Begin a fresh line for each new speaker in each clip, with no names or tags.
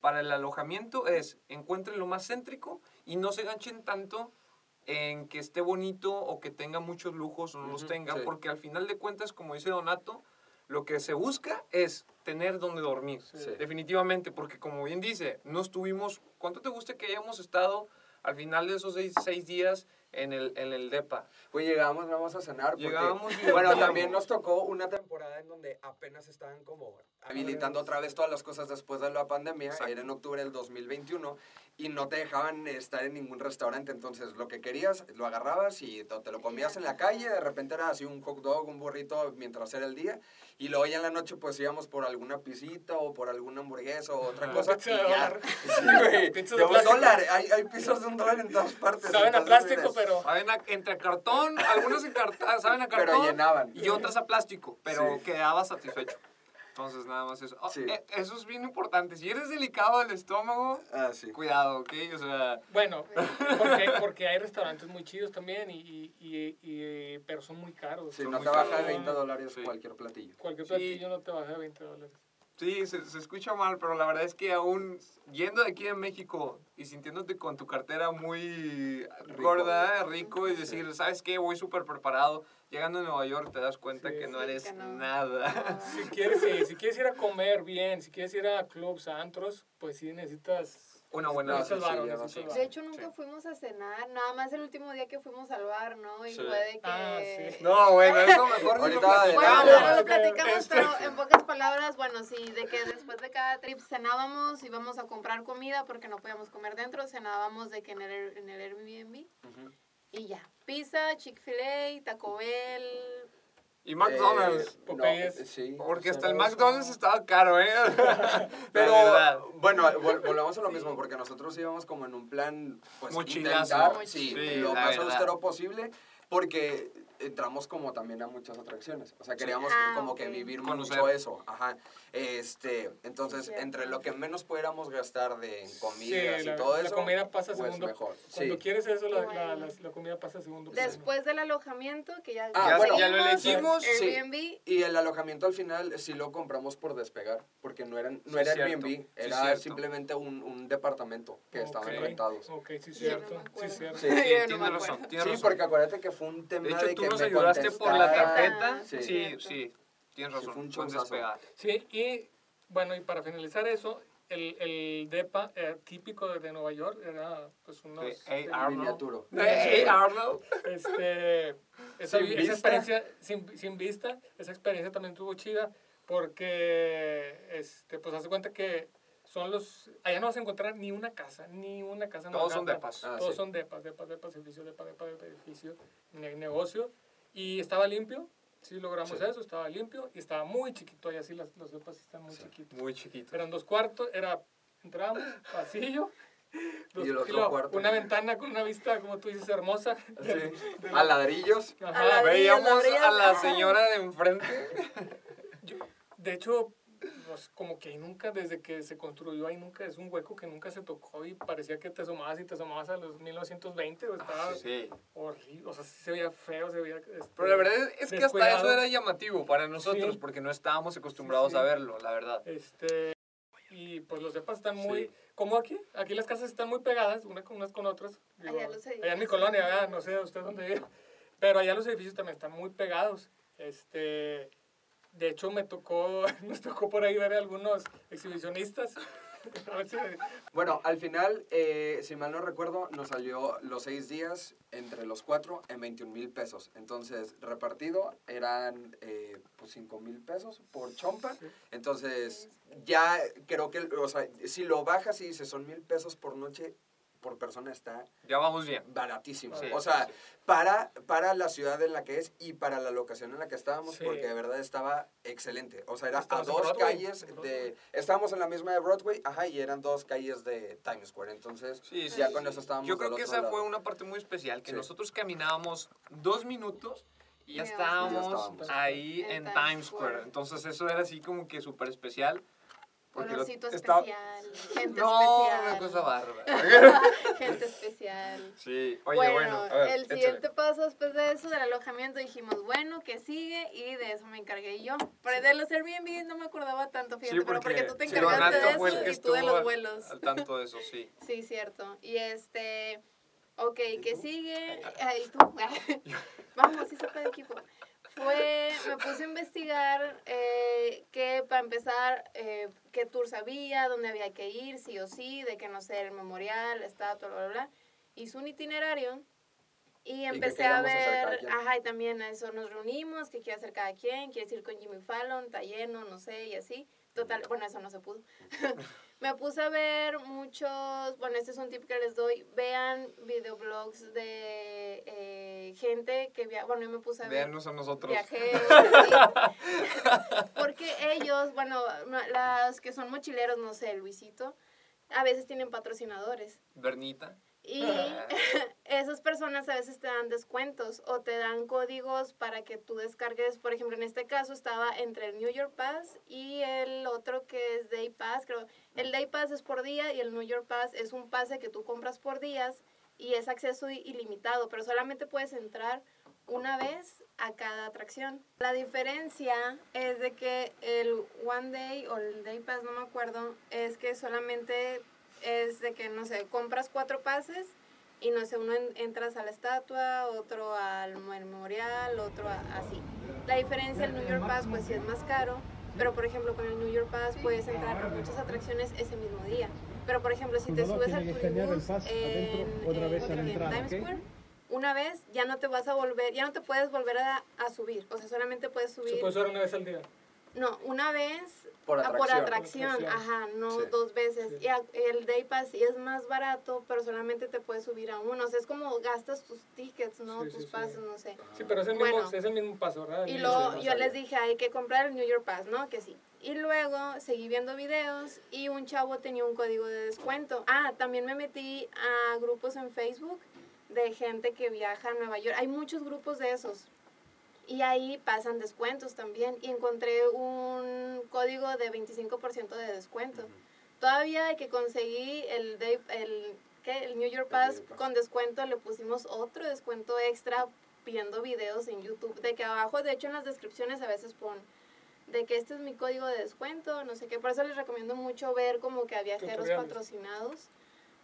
para el alojamiento es encuentren lo más céntrico y no se ganchen tanto en que esté bonito o que tenga muchos lujos o no los
Ujú,
tenga,
sí.
porque al final de cuentas, como dice Donato, lo que se busca es tener donde dormir,
Sí.
definitivamente, porque como bien dice, no estuvimos, ¿cuánto te gusta que hayamos estado al final de esos seis, seis días en el, en el DEPA?
Pues llegamos, vamos a cenar. porque-
Llegábamos y
Bueno,
dormíamos.
también nos tocó una temporada en donde apenas estaban como habilitando otra vez todas las cosas después de la pandemia.
Exacto.
Era en octubre del 2021 y no te dejaban estar en ningún restaurante. Entonces, lo que querías, lo agarrabas y te te lo comías en la calle. De repente era así un hot dog, un burrito mientras era el día. Y luego ya en la noche, pues íbamos por alguna pisita o por alguna hamburguesa o otra
Ajá.
cosa.
Pizza
y
de
ya.
dólar.
Sí, güey.
Pizza de
De un
plástico.
dólar. Hay, hay pisos de un dólar en todas partes.
Saben a
entonces,
plástico,
mira,
pero.
Saben a- entre cartón, algunos en carta- saben a
Pero
cartón
llenaban.
y otras a plástico, pero
Sí.
quedaba satisfecho. Entonces, nada más eso. Oh,
Sí.
eh, eso es bien importante. Si eres delicado del estómago,
Ah, sí.
cuidado, ¿ok? O sea,
Bueno, porque, porque hay restaurantes muy chidos también, y, y, y- y- pero son muy caros.
Si
Son
no
muy
te baja de
caros.
20 dólares
Sí.
cualquier platillo.
Sí.
Cualquier platillo no te baja de 20 dólares.
sí, se, se escucha mal, pero la verdad es que aún yendo de aquí de México y sintiéndote con tu cartera muy
Rico.
gorda, rico, y decir, ¿sabes qué? Voy súper preparado. Llegando a Nueva York te das cuenta
Sí.
que no
Sí,
eres
que no.
nada.
Si quieres, sí, si quieres ir a comer bien, si quieres ir a clubs, a antros, pues sí necesitas.
Una buena
No,
necesitas
sí, sí,
varo,
ya vas
necesitas
a-
varo.
De hecho, nunca
Sí.
fuimos a cenar, nada más el último día que fuimos al bar, ¿no? Y
Sí.
fue de que...
Ah, sí.
No, bueno, eso mejor
Ahorita
platicamos. Este,
Platicamos.
Bueno, claro, lo
Es
platicamos,
que-
pero en pocas palabras, bueno, sí, de que después de cada trip cenábamos, íbamos a comprar comida porque no podíamos comer dentro, cenábamos de que en el, Air- en el Airbnb y ya. Pizza, Chick-fil-A, Taco Bell.
Y McDonald's.
Eh, no,
Popeyes.
sí.
Porque hasta
Sí.
el McDonald's estaba caro, ¿eh?
Pero,
La verdad.
bueno, vol- volvamos a lo mismo, porque nosotros íbamos como en un plan, pues,
Mochilazo.
intentar, sí,
Sí,
lo
la
más
verdad.
austero posible, porque entramos como también a muchas atracciones. O sea, queríamos
Ah,
como
ok.
que vivir
Conocer.
mucho eso. Ajá. Este, entonces,
Sí, cierto.
entre lo que menos pudiéramos gastar de en comidas
Sí,
y
la,
todo
la
eso,
comida pasa a
pues,
segundo.
mejor.
Cuando
Sí.
quieres eso, la, la,
Bueno.
la- la comida pasa a segundo. plano.
Después del alojamiento, que ya,
Ah, bueno,
ya lo
conseguimos,
elegimos,
sí.
Airbnb.
Y el alojamiento al final eh, sí lo compramos por despegar, porque no, eran, no
Sí,
era
cierto.
Airbnb,
Sí,
era
cierto.
simplemente un, un departamento que estaban
Ok,
rentados.
Ok, sí,
Yo no me
cierto. sí,
acuerdo.
cierto.
Sí.
tiene
Yo no me acuerdo.
razón, tiene
Sí,
razón.
porque acuérdate que fue un tema
de
de,
hecho,
que
tú nos
me
ayudaste por la
contestaran.
tarjeta.
Sí.
Sí, sí, tienes
Sí,
razón.
fue un
con
showzazo.
despegar.
Sí, y bueno, y para finalizar eso, el, el DEPA eh, típico de, de Nueva York era pues unos...
De
eh,
AR.
Miniaturo.
Hey, Arlo.
Este,
Sin
esa, esa
vista.
experiencia sin, sin vista, esa experiencia también estuvo chida porque, este, pues, hace cuenta que son los, allá no vas a encontrar ni una casa, ni una casa. en
Todos son
Manhattan.
depas.
Ah,
Todos
sí.
son depas, depas, depas, edificio, depa, depa, depa, edificio, ne- negocio. Y estaba limpio, sí logramos
Sí.
eso, estaba limpio y estaba muy chiquito, y así las, los depas sí están muy
Sí.
chiquitos.
Muy chiquito.
Eran dos cuartos, era, entramos, pasillo. dos-
Y el otro
luego
cuarto.
Una ventana con una vista, como tú dices, hermosa. del- del-
A ladrillos.
Ajá.
A la-
Veíamos a la
Gabriela.
señora de enfrente.
De hecho, pues, como que ahí nunca, desde que se construyó ahí nunca, es un hueco que nunca se tocó y parecía que te asomabas y te asomabas a los 1920, o estaba
Ah, Sí.
horrible, o sea, sí se veía feo, se veía... este,
Pero la verdad es que hasta
descuidado.
eso era llamativo para nosotros
Sí.
porque no estábamos acostumbrados
Sí, sí.
a verlo, la verdad.
Este, y pues los depas están muy...
Sí.
Como aquí, aquí las casas están muy pegadas, una con- unas con otras.
Allá los
allá en mi
edificios.
colonia, ¿verdad? no sé usted dónde vive. Pero allá los edificios también están muy pegados. Este, de hecho, me tocó, nos tocó por ahí ver a algunos exhibicionistas. A ver si-
Bueno, al final, eh, si mal no recuerdo, nos salió los seis días entre los cuatro en 21 mil pesos. Entonces, repartido eran eh, pues 5 mil pesos por chompa. Entonces, ya creo que, o sea, si lo bajas y dices son mil pesos por noche, por persona está
Ya vamos bien.
baratísimo.
Sí,
o
sí,
sea,
sí.
Para, para la ciudad en la que es y para la locación en la que estábamos,
Sí.
porque de verdad estaba excelente. O sea, era
Estábamos
a
en
dos
Broadway,
calles de...
en Broadway.
Estábamos en la misma de Broadway, ajá, y eran dos calles de Times Square. Entonces,
Sí, sí,
ya
sí,
con
sí.
eso estábamos
Yo
del
creo que
otro
esa
lado.
fue una parte muy especial, que
Sí.
nosotros caminábamos dos minutos y ya
Ya.
estábamos,
Y ya estábamos.
ahí en, Times Square.
Square.
Entonces eso era así como que súper especial. Porque lo-
Olorcito
está-
especial. Gente
no, una cosa
especial.
bárbara.
Gente especial.
sí, oye, bueno, a ver,
el
échale.
siguiente paso después de eso del alojamiento dijimos, bueno, que sigue y de eso me encargué yo. Pero de los Airbnb no me acordaba tanto, fíjate,
Sí,
pero porque tú te
sí,
encargaste
Donato
de
fue el que
eso y tú de
estuvo
los
al-
vuelos.
Al tanto de eso, sí.
Sí, cierto. Y este, ok, ¿qué
tú?
sigue? Ahí tú. Vamos, sí se puede equipo. Fue, me puse a investigar eh, que para empezar, eh, qué tours había, dónde había que ir, sí o sí, de que no sé, el memorial, la estatua, bla, bla, bla. Hice un itinerario y empecé a
queríamos hacer cada
ver,
quien.
ajá, y también a eso nos reunimos, qué quiere hacer cada quien, quieres ir con Jimmy Fallon, está lleno, no sé, y así. Total, bueno, eso no se pudo. Me puse a ver muchos, bueno, este es un tip que les doy, vean videoblogs de eh, gente que viaja, bueno, yo me puse a ver
Véanos a nosotros.
viajeros, así. porque ellos, bueno, ma- los que son mochileros, no sé, Luisito, a veces tienen patrocinadores
Bernita.
y esas personas a veces te dan descuentos o te dan códigos para que tú descargues, por ejemplo, en este caso estaba entre el New York Pass y el otro que es Day Pass, creo. El Day Pass es por día y el New York Pass es un pase que tú compras por días y es acceso i- ilimitado, pero solamente puedes entrar una vez a cada atracción. La diferencia es de que el One Day o el Day Pass, no me acuerdo, es que solamente es de que, no sé, compras cuatro pases y no sé, uno en- entras a la estatua, otro al memorial, otro a- así. La diferencia, el New York Pass pues sí es más caro, pero por ejemplo con el New York Pass puedes entrar a muchas atracciones ese mismo día. Pero por ejemplo si te
Cuidado,
subes
tiene
al
que escanear el
Turibus
pass
en,
adentro, otra
en-
vez a la
en
entrada,
Times
¿ok?
Square, una vez ya no te vas a volver, ya no te puedes volver a, a subir, o sea, solamente puedes
Se
subir,
puede usar una vez al día.
no, una vez
Por
Ah, por
atracción.
atracción,
Por atracción.
ajá, no
Sí.
dos veces.
Sí.
Y a- el Day Pass sí es más barato, pero solamente te puedes subir a uno. O sea, es como gastas tus tickets, ¿no?
Sí, sí,
tus
sí.
pases, no sé.
Sí, pero es el mismo,
Bueno.
es el mismo paso, ¿verdad?
Y
El
luego
mismo
yo
paso.
les dije, hay que comprar el New York Pass, ¿no? Que sí. Y luego seguí viendo videos y un chavo tenía un código de descuento. Ah, también me metí a grupos en Facebook de gente que viaja a Nueva York. Hay muchos grupos de esos. Y ahí pasan descuentos también. Y encontré un código de 25% de descuento. Todavía de que conseguí el, Day- el, ¿qué? el New
El New
York Pass
York Pass.
con descuento, le pusimos otro descuento extra viendo videos en YouTube. De que abajo, de hecho en las descripciones a veces pon de que este es mi código de descuento, no sé qué. Por eso les recomiendo mucho ver como que a viajeros
Tutoriales.
patrocinados.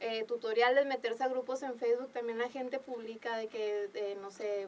eh, tutoriales, meterse a grupos en Facebook, también la gente publica de que, de, no sé,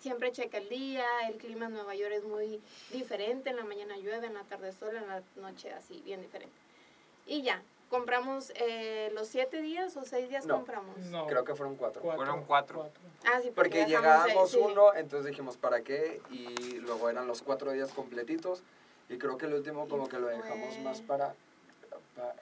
siempre checa el día, el clima en Nueva York es muy diferente, en la mañana llueve, en la tarde sol, en la noche así, bien diferente. Y ya, compramos eh, los siete días o seis días
No.
compramos.
No,
Creo que fueron cuatro.
cuatro,
Fueron cuatro.
Ah, sí,
Porque
viajamos, eh,
llegábamos
sí.
uno, entonces dijimos, ¿para qué? Y luego eran los cuatro días completitos. Y creo que el último como que lo dejamos
Fue-
más para... para-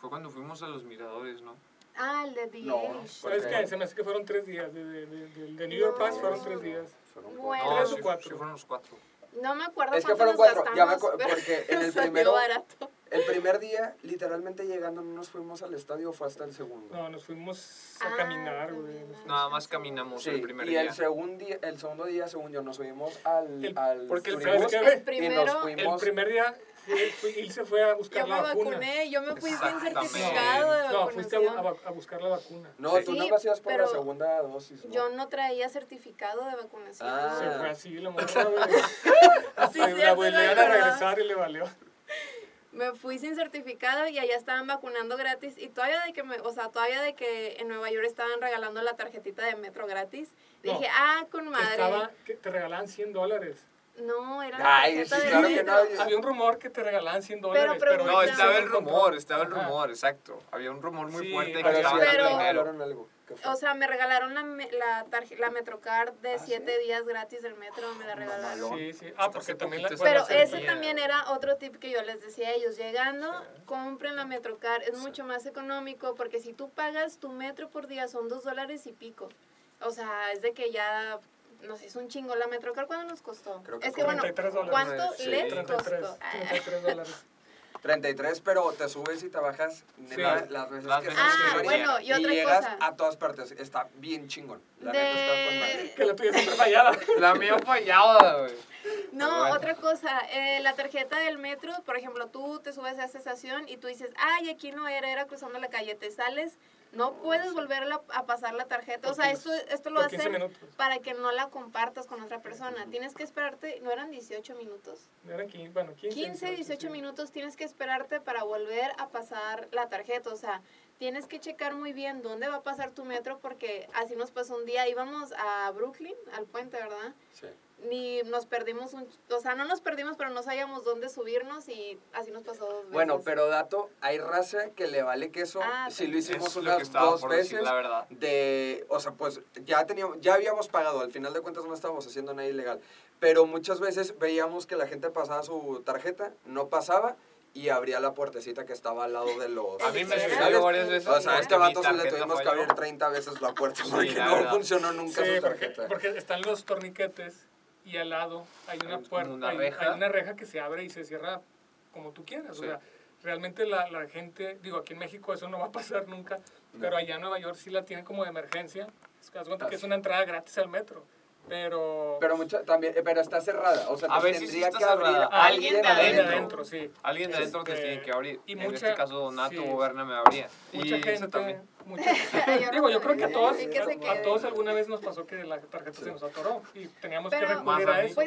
Fue cuando fuimos a los miradores, ¿no?
Ah, el de The
No,
Age.
porque-
¿Sabes qué? Se me hace que fueron tres días. De, de, de- de- de New York Pass
No.
fueron tres días.
Fueron
Bueno.
cuatro.
Tres o
sí,
cuatro.
sí fueron los cuatro.
No me acuerdo
Es que
cuánto
fueron
nos
cuatro, ya me
gastamos,
acu-
pero
porque en el
salió
primero-
barato.
El primer día, literalmente llegando, no nos fuimos al estadio, fue hasta el segundo.
No, nos fuimos a
Ah,
caminar, güey.
también, ah.
Nada más caminamos
Sí,
el primer
y
día.
el, segundo día, el segundo día, según yo, nos subimos al...
El-
al
porque el
turibús
¿sabes qué?
El
y nos
primero,
El
fuimos...
primer día, él, fue- él se fue a buscar
yo
la
me
vacuna.
vacuné, yo me fui sin
Exactamente.
certificado de
No, fuiste a, bu- a
vacunación.
va- a buscar la vacuna.
No,
Sí.
tú
Sí,
no ibas por
pero
la segunda dosis, ¿no?
Yo no traía certificado de vacunación.
Ah.
Se fue así, la morra, güey.
Sí,
Ay,
cierto,
la volvieron a
¿verdad?
regresar y le valió.
Me fui sin certificado y allá estaban vacunando gratis y todavía de que me, o sea, todavía de que en Nueva York estaban regalando la tarjetita de metro gratis.
No.
Dije, ah, con madre.
Estaba, que te regalaban 100 dólares.
No, era
Ay,
la tarjeta
sí,
de
claro que
metro.
nadie-
Había un rumor que te regalaban 100 dólares, pero,
pregunta-
No,
Ahorita
estaba
se
el rumor, estaba el
Ajá.
rumor, exacto. Había un rumor muy
Sí,
fuerte que
Pero sí,
estaban
Pero-
dando dinero.
regalaron algo. ¿Qué fue?
O sea, me regalaron la, me- la, tarje- la Metrocard de
¿Ah,
7 días gratis del metro, me la regalaron.
Mamalón.
Sí, sí. Ah, porque también la...
Pero
Pues
bueno,
Pero
se-
ese
tenía.
también era otro tip que yo les decía a ellos, llegando, compren la Metrocar, es mucho más económico porque si tú pagas tu metro por día son dos dólares y pico. O sea, es de que ya, no sé, es un chingo. La Metrocar, ¿cuánto nos costó?
Creo que
es que bueno,
43 dólares.
¿cuánto
Sí,
les
33,
costó? Ah,
33 dólares.
33, pero te subes y te bajas
Sí.
neta, las veces
Las
que
veces
seas
que
necesaria.
bueno,
Ah, y otra
llegas
cosa.
a todas partes. Está bien chingón. La
De-
neta está con madre.
Que la tuya siempre fallaba.
La mía fallaba, güey.
No,
Bueno.
otra cosa, eh, la tarjeta del metro, por ejemplo, tú te subes a esa estación y tú dices, ay, aquí no era, era cruzando la calle, te sales, no puedes volver a, a pasar la
Pues
tarjeta. O sea, esto, esto lo
Por 15
hacen
minutos.
para que no la compartas con otra persona. Tienes que esperarte, no eran 18 minutos.
No eran 15, bueno, 15.
15, 18
sí.
minutos tienes que esperarte para volver a pasar la tarjeta. O sea, tienes que checar muy bien dónde va a pasar tu metro porque así nos pasó un día. Íbamos a Brooklyn, al puente, ¿verdad?
Sí.
ni nos perdimos un o sea no nos perdimos pero no sabíamos dónde subirnos y así nos pasó dos veces
Bueno, pero dato, hay raza que le vale queso.
Ah,
si
sí.
lo hicimos
Es lo que
unas
estaba
dos
por decir,
veces,
la verdad.
de, o sea, pues ya teníamos, ya habíamos pagado, al final de cuentas no estábamos haciendo nada ilegal, pero muchas veces veíamos que la gente pasaba su tarjeta, no pasaba y abría la puertecita que estaba al lado de los...
A mí me
¿sabes?
sucedió varias veces.
O sea, a este
porque mi
vato se le
tarjeta
tuvimos que
falló.
abrir 30 veces la puerta porque
la
no
verdad.
funcionó nunca
Sí,
su
porque,
tarjeta.
porque están los torniquetes y al lado hay una
Hay como
puerta,
una
hay,
reja.
hay una reja que se abre y se cierra como tú quieras.
Sí.
O sea, realmente la, la gente, digo, aquí en México eso no va a pasar nunca, pero allá en Nueva York sí la tienen como de emergencia. Es que haz cuenta que es una entrada gratis al metro, pero...
Pero, mucha- también, eh, pero está cerrada, o sea,
A
te
veces sí
tendría
está
que abrir
cerrada.
alguien,
Alguien de
Alguien de
adentro.
adentro, sí.
Alguien de adentro te
Este,
tiene que abrir.
y
en
mucha-
este caso, Donato
sí.
o Berna me abría.
Mucha
y
gente,
eso también.
mucha-
Yo no
digo, yo
sé,
creo que a
sí,
todos,
que se
a
quede.
todos alguna vez nos pasó que la tarjeta se nos atoró y teníamos
Pero-
que
Más
recurrir
a
a
mí.
eso.
Pues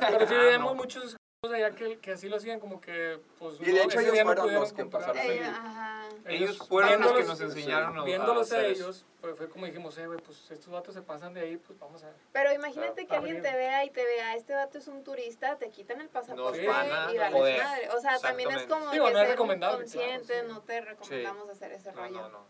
también.
Pero sí
Ah,
veíamos
no.
muchos cosas allá que, que así lo hacían, como que, pues,
Y de hecho
ese
ellos
día
fueron
pudieron
los que
comprar.
pasaron.
Ella, ajá.
Ellos fueron los que
viéndolos-
nos enseñaron a
Viéndolos a
hacer eso.
ellos, pues fue como dijimos, eh, güey, pues estos vatos se pasan de ahí, pues vamos a...
pero imagínate que
Claro.
alguien te vea y te vea este vato es un turista te quitan el pasaporte
Nos van a
y vales
joder.
madre o sea también es
Exactamente.
como
Digo,
que
no es
ser
recomendable, claro,
consciente
sí.
no te recomendamos hacer ese
No,
rollo
no, no.